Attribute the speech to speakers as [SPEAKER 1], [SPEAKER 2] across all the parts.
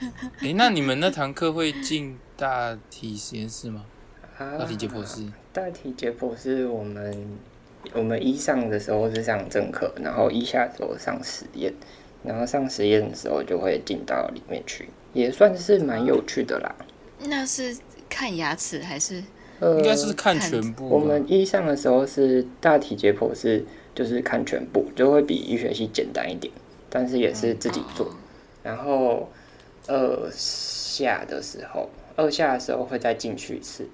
[SPEAKER 1] 哎、那你们那堂课会进大体实验室吗？
[SPEAKER 2] 啊
[SPEAKER 1] 大体解剖室？
[SPEAKER 2] 大体解剖是我们我们一上的时候是上正课，然后一下的时候上实验，然后上实验的时候就会进到里面去，也算是蛮有趣的啦。
[SPEAKER 3] 那是看牙齿还是？
[SPEAKER 2] 呃
[SPEAKER 1] 应该是看全部吧。
[SPEAKER 2] 我们一上的时候是大体解剖是就是看全部，就会比医学系简单一点，但是也是自己做。然后二下的时候，二下的时候会再进去一次，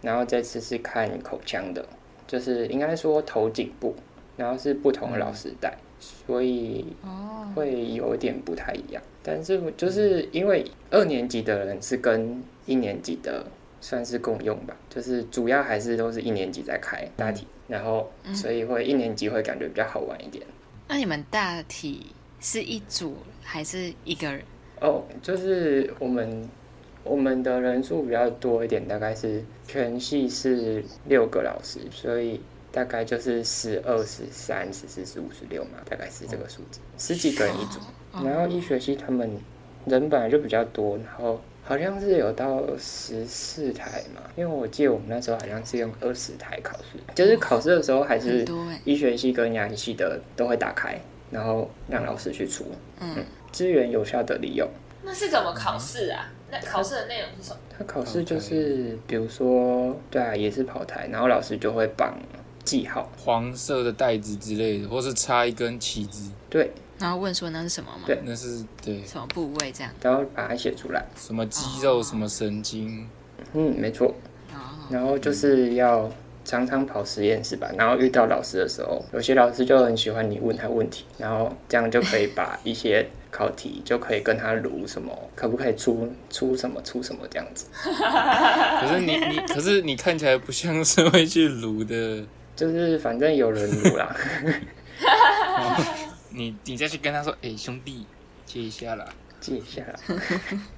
[SPEAKER 2] 然后这次是看口腔的，就是应该说头颈部，然后是不同的老师带，所以
[SPEAKER 3] 哦，
[SPEAKER 2] 会有点不太一样。但是我就是因为二年级的人是跟一年级的算是共用吧，就是主要还是都是一年级在开大体，然后所以会一年级会感觉比较好玩一点。
[SPEAKER 3] 那你们大体是一组还是一个人？
[SPEAKER 2] 哦，就是我们我们的人数比较多一点，大概是全系是六个老师，所以大概就是十二、十三、十四、十五、十六嘛，大概是这个数字，十几个人一组。
[SPEAKER 3] 哦
[SPEAKER 2] 然后一学期他们人本来就比较多，然后好像是有到十四台嘛，因为我记得我们那时候好像是用二十台考试，就是考试的时候还是
[SPEAKER 3] 很多欸
[SPEAKER 2] 医学系跟牙医系的都会打开，然后让老师去出，嗯，资源有效的利用。
[SPEAKER 4] 那是怎么考试啊？那考试的内容是什么？
[SPEAKER 2] 他考试就是，比如说，对啊，也是跑台，然后老师就会绑记号，
[SPEAKER 1] 黄色的带子之类的，或是插一根旗子，
[SPEAKER 2] 对，
[SPEAKER 3] 然后问说那是什么吗？
[SPEAKER 2] 对
[SPEAKER 1] 那是对
[SPEAKER 3] 什么部位这样？
[SPEAKER 2] 然后把它写出来。
[SPEAKER 1] 什么肌
[SPEAKER 2] 哦
[SPEAKER 1] 肉、什么神经，
[SPEAKER 2] 嗯，没错。
[SPEAKER 3] 哦，
[SPEAKER 2] 然后就是要常常跑实验室吧，然后遇到老师的时候，有些老师就很喜欢你问他问题，然后这样就可以把一些考题就可以跟他撸什么，可不可以出出什么出什么这样子，
[SPEAKER 1] 可是你你 可是你看起来不像是会去撸的，
[SPEAKER 2] 就是反正有人撸啦。
[SPEAKER 1] 你你再去跟他说，哎、兄弟，接一下啦，
[SPEAKER 2] 记一下啦，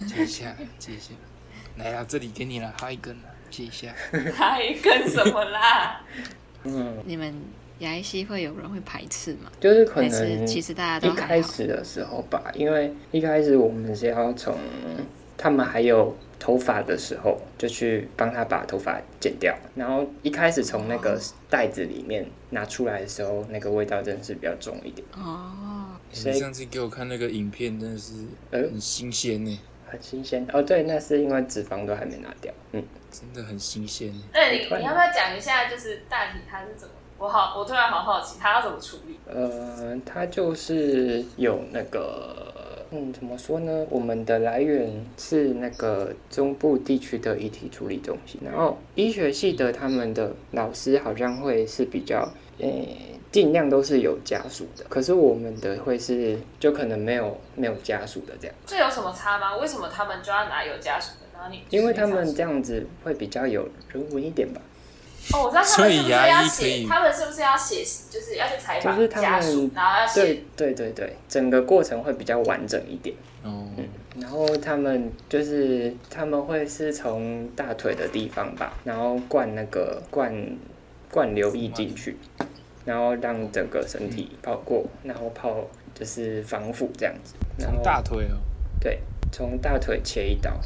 [SPEAKER 1] 接一下， 接一下，来啦，这里给你了，哈一根啦，啊接一下。
[SPEAKER 4] 还跟什么 啦？
[SPEAKER 2] 嗯
[SPEAKER 3] 你们牙医系会有人会排斥吗？
[SPEAKER 2] 就是可
[SPEAKER 3] 还是
[SPEAKER 2] 能
[SPEAKER 3] 其实大家
[SPEAKER 2] 一
[SPEAKER 3] 都还
[SPEAKER 2] 开
[SPEAKER 3] 好？
[SPEAKER 2] 始的时候吧，因为一开始我们是要从他们还有头发的时候，就去帮他把头发剪掉。然后一开始从那个袋子里面拿出来的时候，那个味道真的是比较重一点，
[SPEAKER 3] 哦，
[SPEAKER 1] 你上次给我看那个影片，真的是
[SPEAKER 2] 呃
[SPEAKER 1] 很新鲜呢、
[SPEAKER 2] 很新鲜。哦，对，那是因为脂肪都还没拿掉。嗯，
[SPEAKER 1] 真的很新鲜欸。
[SPEAKER 4] 那哎你
[SPEAKER 2] 啊
[SPEAKER 4] 你要不要讲一下，就是大体它是怎么？我好，我突然好好奇，它要怎么处理？
[SPEAKER 2] 呃，它就是有那个，嗯，怎么说呢？我们的来源是嗯那个中部地区的遗体处理中心，然后医学系的他们的老师好像会是比较，呃，尽量都是有家属的，可是我们的会是就可能没有没有家属的这样，
[SPEAKER 4] 这有什么差吗？为什么他们就要拿有家属的？然后你
[SPEAKER 2] 因为他们这样子会比较有人文一点吧。
[SPEAKER 4] 哦，我知道他们是
[SPEAKER 1] 所
[SPEAKER 4] 不是
[SPEAKER 1] 以牙
[SPEAKER 4] 要
[SPEAKER 1] 医可以
[SPEAKER 4] 写，他们是不是要写，就是要去采
[SPEAKER 2] 就是
[SPEAKER 4] 访
[SPEAKER 2] 他们
[SPEAKER 4] 家属，然后要写
[SPEAKER 2] 对啊对对对，整个过程会比较完整一点。
[SPEAKER 1] 哦，
[SPEAKER 2] 然后他们就是他们会是从大腿的地方吧，然后灌那个灌灌流液进去，然后让整个身体泡过，然后泡就是防腐这样子。然后
[SPEAKER 1] 从大腿哦，
[SPEAKER 2] 对，从大腿切一刀，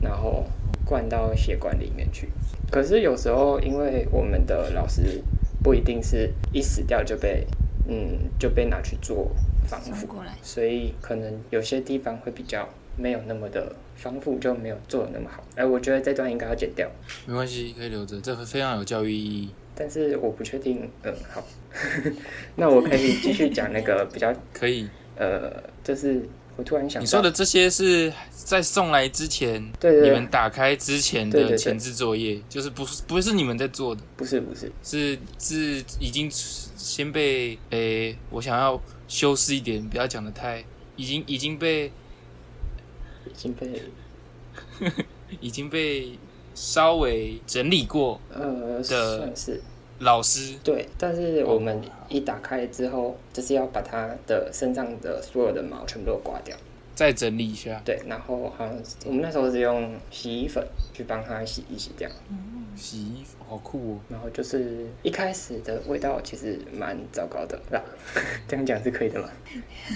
[SPEAKER 2] 然后灌到血管里面去。可是有时候因为我们的老师不一定是一死掉就被嗯就被拿去做防
[SPEAKER 3] 转
[SPEAKER 2] 腐，
[SPEAKER 3] 过来，
[SPEAKER 2] 所以可能有些地方会比较没有那么的防腐，就没有做的那么好。哎、我觉得这段应该要剪掉，
[SPEAKER 1] 没关系，可以留着，这非常有教育意义。
[SPEAKER 2] 但是我不确定。嗯，好， 那我可以继续讲那个比较
[SPEAKER 1] 可以，
[SPEAKER 2] 呃，就是我突然想到
[SPEAKER 1] 你说的这些是在送来之前，
[SPEAKER 2] 对对对
[SPEAKER 1] 你们打开之前
[SPEAKER 2] 对对
[SPEAKER 1] 的
[SPEAKER 2] 对
[SPEAKER 1] 前置作业，就是不是不是你们在做的，
[SPEAKER 2] 不是不是，
[SPEAKER 1] 是是已经先被诶、我想要修饰一点，不要讲的太，已经已经被
[SPEAKER 2] 已经被
[SPEAKER 1] 已经被稍微整理过，
[SPEAKER 2] 呃算是
[SPEAKER 1] 老师
[SPEAKER 2] 对，但是我们一打开之后，就是要把它的身上的所有的毛全部都刮掉。
[SPEAKER 1] 再整理一下，
[SPEAKER 2] 对，然后好像是我们那时候是用洗衣粉去帮它洗一洗掉。嗯
[SPEAKER 1] 洗衣服好酷哦。
[SPEAKER 2] 然后就是一开始的味道其实蛮糟糕的啦， 这样讲是可以的嘛。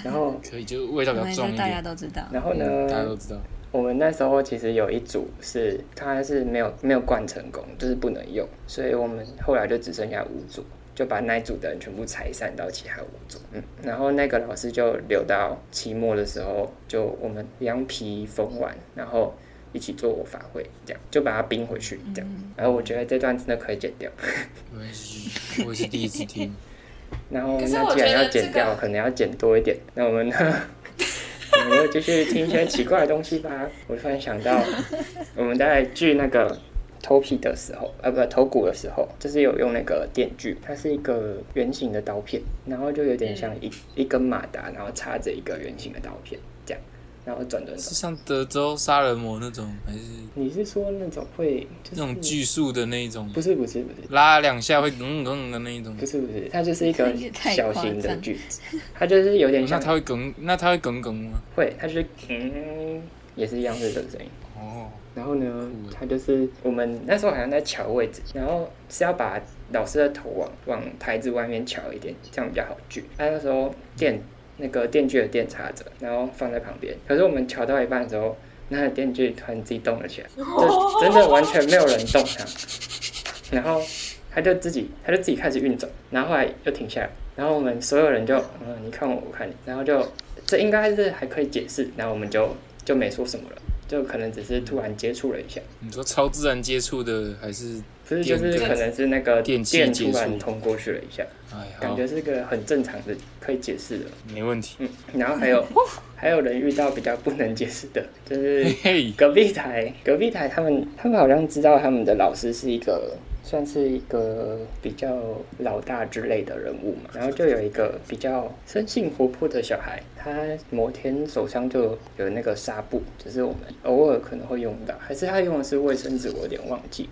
[SPEAKER 2] 然后，
[SPEAKER 1] 可以，就味道比
[SPEAKER 3] 因
[SPEAKER 1] 较
[SPEAKER 3] 为
[SPEAKER 1] 重
[SPEAKER 3] 这
[SPEAKER 1] 一
[SPEAKER 3] 大家
[SPEAKER 1] 点，
[SPEAKER 3] 都知道。
[SPEAKER 2] 然后
[SPEAKER 1] 嗯大家都
[SPEAKER 2] 呢？
[SPEAKER 1] 知道。
[SPEAKER 2] 我们那时候其实有一组是它是没有没有灌成功，就是不能用，所以我们后来就只剩下五组，就把那一组的人全部拆散到其他五组。嗯，然后那个老师就留到期末的时候，就我们羊皮缝完，然后一起做法会，这样就把它冰回去，这样。然后我觉得这段真的可以剪掉。
[SPEAKER 1] 没关系，我也是第一次听。
[SPEAKER 2] 然后
[SPEAKER 4] 可是
[SPEAKER 2] 那
[SPEAKER 4] 我
[SPEAKER 2] 既然
[SPEAKER 4] 觉得
[SPEAKER 2] 要剪
[SPEAKER 4] 这
[SPEAKER 2] 掉，
[SPEAKER 4] 个
[SPEAKER 2] 可能要剪多一点。那我们 呢？我们就继续听一些奇怪的东西吧。我突然想 到，我们在锯那个头皮的时候，呃，不，头骨的时候，就是有用那个电锯，它是一个圆形的刀片，然后就有点像
[SPEAKER 4] 嗯
[SPEAKER 2] 一、一根马达，然后插着一个圆形的刀片，这样，然后转转
[SPEAKER 1] 是
[SPEAKER 2] 转。
[SPEAKER 1] 像德州杀人魔那种，还是
[SPEAKER 2] 你是说那种会、就是、
[SPEAKER 1] 那种？锯速的那一种
[SPEAKER 2] 不，是不是不是，
[SPEAKER 1] 拉两下会梗梗的那一种
[SPEAKER 2] 不？是不是，它就是一个
[SPEAKER 3] 也太
[SPEAKER 2] 小
[SPEAKER 3] 夸
[SPEAKER 2] 型的
[SPEAKER 3] 张
[SPEAKER 2] 锯子，它就是有点
[SPEAKER 1] 那
[SPEAKER 2] 像
[SPEAKER 1] 它会梗，那它会梗梗吗？
[SPEAKER 2] 会，它就是嗯，也是一样是这个声音。
[SPEAKER 1] 哦，
[SPEAKER 2] 然后呢，它就是我们那时候好像在瞧位置，然后是要把老师的头往往台子外面瞧一点，这样比较好锯。他那时候电那个电锯的电插着，然后放在旁边。可是我们瞧到一半的时候，那个电锯突然自己动了起来，就真的完全没有人动它。然后他就自己他就自己开始运转，然后后来又停下来，然后我们所有人就嗯你看我我看你，然后就这应该是还可以解释，然后我们就就没说什么了，就可能只是突然接触了一下，
[SPEAKER 1] 你说超自然接触的还是？
[SPEAKER 2] 不是就是
[SPEAKER 1] 电
[SPEAKER 2] 可能是那个
[SPEAKER 1] 电
[SPEAKER 2] 电
[SPEAKER 1] 器接
[SPEAKER 2] 突然
[SPEAKER 1] 触
[SPEAKER 2] 通过去了一下，
[SPEAKER 1] 哎，
[SPEAKER 2] 感
[SPEAKER 1] 好，
[SPEAKER 2] 觉是个很正常的可以解释的，
[SPEAKER 1] 没问题。
[SPEAKER 2] 嗯，然后还有还有人遇到比较不能解释的，就是
[SPEAKER 1] 嘿嘿，
[SPEAKER 2] 隔壁台，隔壁台他们他们好像知道他们的老师是一个算是一个比较老大之类的人物嘛，然后就有一个比较生性活泼的小孩，他某天手上就有那个纱布，就是我们偶尔可能会用到，还是他用的是卫生纸，我有点忘记。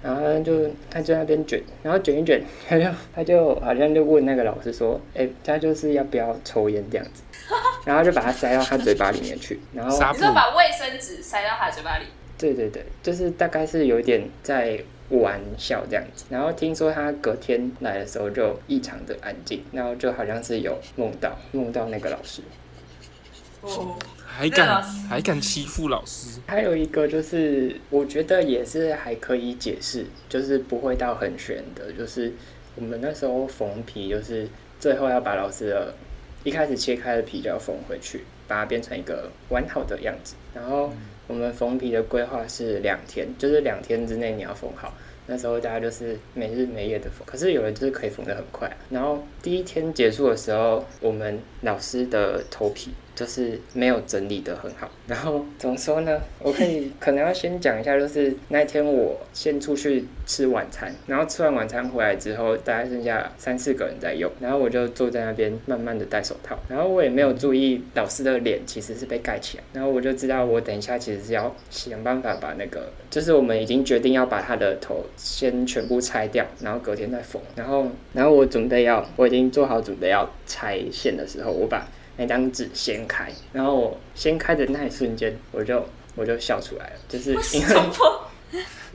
[SPEAKER 2] 然后他就他就在那边卷，然后卷一 卷，他就他就好像就问那个老师说，哎、他就是要不要抽烟这样子， 然后就把它塞到他嘴巴里面去，然后
[SPEAKER 1] 纱布
[SPEAKER 4] 你说把卫生纸塞到他嘴巴里，
[SPEAKER 2] 对对对，就是大概是有一点在玩笑这样子。然后听说他隔天来的时候就异常的安静，然后就好像是有梦到梦到那个老师。
[SPEAKER 4] 哦，
[SPEAKER 1] 还
[SPEAKER 4] 那
[SPEAKER 1] 敢
[SPEAKER 4] 老师
[SPEAKER 1] 还敢欺负老师？
[SPEAKER 2] 还有一个就是，我觉得也是还可以解释，就是不会到很悬的，就是我们那时候缝皮，就是最后要把老师的一开始切开的皮就要缝回去，把它变成一个完好的样子。然后我们缝皮的规划是两天，就是两天之内你要缝好。那时候大家就是没日没夜的缝，可是有人就是可以缝得很快。啊然后第一天结束的时候，我们老师的头皮就是没有整理得很好。然后怎么说呢？我可以可能要先讲一下，就是那天我先出去吃晚餐，然后吃完晚餐回来之后，大概剩下三四个人在用，然后我就坐在那边慢慢的戴手套，然后我也没有注意老师的脸其实是被盖起来，然后我就知道我等一下其实是要想办法把那个，就是我们已经决定要把他的头先全部拆掉，然后隔天再缝，然后然后我准备要，我已经做好准备要拆线的时候，我把那张纸掀开，然后我掀开的那一瞬间，我就我就笑出来了，就是因为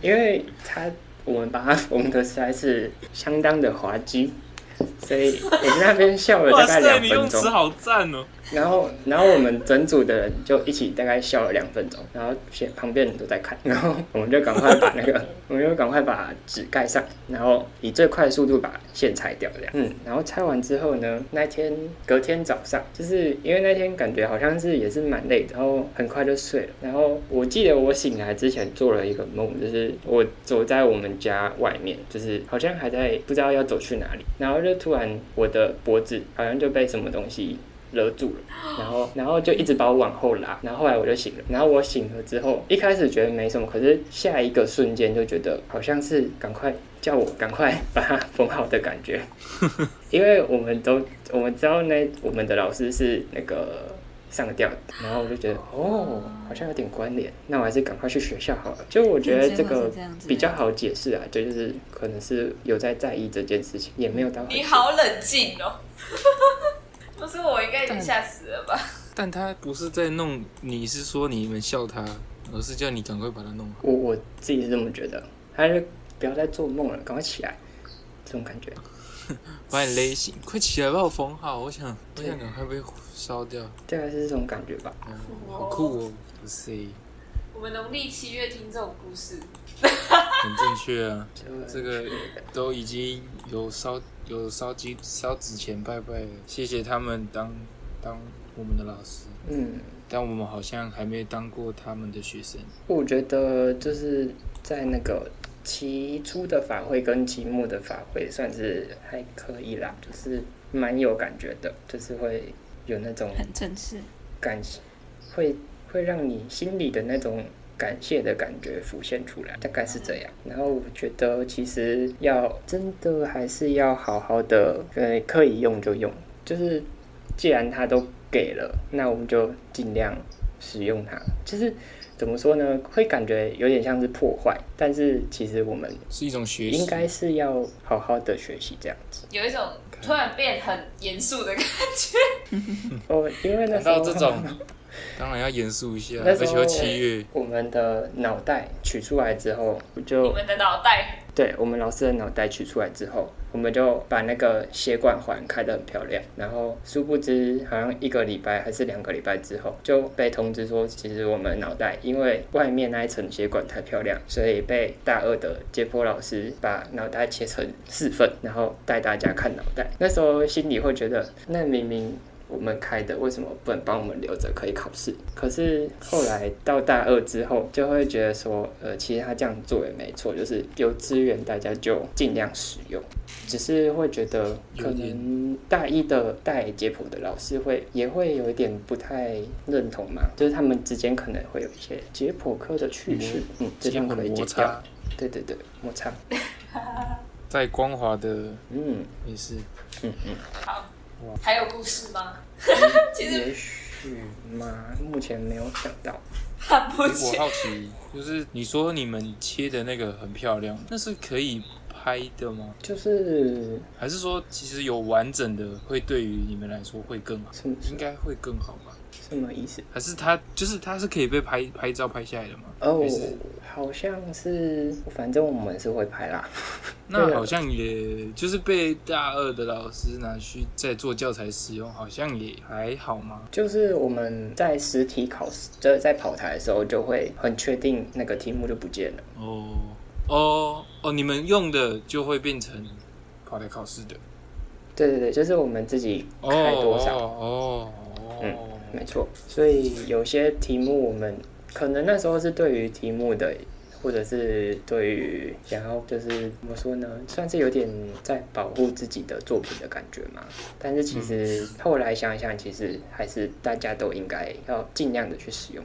[SPEAKER 2] 因为它我们把它缝的实在是相当的滑稽，所以我们那边笑了大概两分钟。
[SPEAKER 1] 好赞哦！
[SPEAKER 2] 然后，然后我们整组的人就一起大概笑了两分钟，然后旁旁边人都在看，然后我们就赶快把那个， 我们就赶快把纸盖上，然后以最快的速度把线拆掉，这样。嗯，然后拆完之后呢，那天隔天早上，就是因为那天感觉好像是也是蛮累的，然后很快就睡了。然后我记得我醒来之前做了一个梦，就是我走在我们家外面，就是好像还在不知道要走去哪里，然后就突然我的脖子好像就被什么东西勒住了，然后然后就一直把我往后拉，然后后来我就醒了，然后我醒了之后，一开始觉得没什么，可是下一个瞬间就觉得好像是赶快叫我赶快把它缝好的感觉，因为我们都我们知道那我们的老师是那个上吊的，然后我就觉得哦，好像有点关联，那我还是赶快去学校好了。就我觉得这
[SPEAKER 3] 嗯结果
[SPEAKER 2] 个
[SPEAKER 3] 是这样子
[SPEAKER 2] 比较好解释啊，就是可能是有在在意这件事情，也没有到很
[SPEAKER 4] 你好冷静哦。 不是我应该已经吓死了吧？
[SPEAKER 1] 但他不是在弄，你是说你们笑他，而是叫你赶快把他弄好。
[SPEAKER 2] 我我自己是这么觉得，还是不要再做梦了，赶快起来，这种感觉。
[SPEAKER 1] 把你勒醒，快起来吧，冯浩，我想我想赶快被烧掉，
[SPEAKER 2] 大概是这种感觉吧。
[SPEAKER 1] 嗯，好酷哦，不是，
[SPEAKER 4] 我们农历七月听这种故事，
[SPEAKER 1] 很正确啊，这
[SPEAKER 2] 就
[SPEAKER 1] 个都已经有烧有烧鸡烧纸钱拜拜了，谢谢他们当当我们的老师，
[SPEAKER 2] 嗯，
[SPEAKER 1] 但我们好像还没当过他们的学生，
[SPEAKER 2] 我觉得就是在那个期初的法会跟期末的法会算是还可以啦，就是蛮有感觉的，就是会有那种
[SPEAKER 3] 很正式。
[SPEAKER 2] 感，会会让你心里的那种感谢的感觉浮现出来，大概是这样。然后我觉得其实要真的还是要好好的，呃，可以用就用，就是既然他都给了，那我们就尽量使用它。就是怎么说呢，会感觉有点像是破坏，但是其实我们
[SPEAKER 1] 是一种学习，
[SPEAKER 2] 应该是要好好的学习这样子。
[SPEAKER 4] 有一种突然变很严肃的感觉。
[SPEAKER 2] 哦，因为那
[SPEAKER 1] 谈
[SPEAKER 2] 时候
[SPEAKER 1] 到这种，当然要严肃一下，
[SPEAKER 2] 那
[SPEAKER 1] 而
[SPEAKER 2] 时候
[SPEAKER 1] 且又七月，
[SPEAKER 2] 我们的脑袋取出来之后，我
[SPEAKER 4] 你
[SPEAKER 2] 就
[SPEAKER 4] 们的脑袋
[SPEAKER 2] 对我们老师的脑袋取出来之后，我们就把那个血管环开得很漂亮。然后殊不知，好像一个礼拜还是两个礼拜之后，就被通知说，其实我们脑袋因为外面那一层血管太漂亮，所以被大二的解剖老师把脑袋切成四份，然后带大家看脑袋。那时候心里会觉得，那明明。我们开的为什么不能帮我们留着可以考试？可是后来到大二之后，就会觉得说，呃，其实他这样做也没错，就是有资源大家就尽量使用，只是会觉得可
[SPEAKER 1] 有点
[SPEAKER 2] 能大一的带解剖的老师会也会有一点不太认同嘛，就是他们之间可能会有一些解剖科的趣事，嗯，这
[SPEAKER 1] 结
[SPEAKER 2] 样
[SPEAKER 1] 果
[SPEAKER 2] 可以
[SPEAKER 1] 摩
[SPEAKER 2] 解
[SPEAKER 1] 擦
[SPEAKER 2] 掉。对对对，摩擦，
[SPEAKER 1] 在光滑的
[SPEAKER 2] 嗯，
[SPEAKER 1] 也是
[SPEAKER 4] 好，还有故事吗？其实
[SPEAKER 2] 也许嘛，目前没有想到。
[SPEAKER 4] 看不
[SPEAKER 1] 我
[SPEAKER 4] 起。
[SPEAKER 1] 好奇，就是你说你们切的那个很漂亮，那是可以拍的吗？
[SPEAKER 2] 就是
[SPEAKER 1] 还是说其实有完整的会对于你们来说会更好？
[SPEAKER 2] 什么
[SPEAKER 1] 应该会更好吧？
[SPEAKER 2] 什么意思？
[SPEAKER 1] 还是它就是它是可以被拍拍照拍下来的吗？
[SPEAKER 2] 哦
[SPEAKER 1] 还是，
[SPEAKER 2] 好像是，反正我们是会拍啦。
[SPEAKER 1] 那好像也就是被大二的老师拿去再做教材使用，好像也还好吗？
[SPEAKER 2] 就是我们在实体考试，就是在跑台的时候，就会很确定那个题目就不见了。
[SPEAKER 1] 哦哦哦，你们用的就会变成跑来考试的
[SPEAKER 2] 对对对，就是我们自己
[SPEAKER 1] 哦
[SPEAKER 2] 开多少，
[SPEAKER 1] 哦哦
[SPEAKER 2] 嗯
[SPEAKER 1] 哦，
[SPEAKER 2] 没错。所以有些题目我们可能那时候是对于题目的。或者是对于想要就是怎么说呢，算是有点在保护自己的作品的感觉嘛。但是其实后来想一想，其实还是大家都应该要尽量的去使用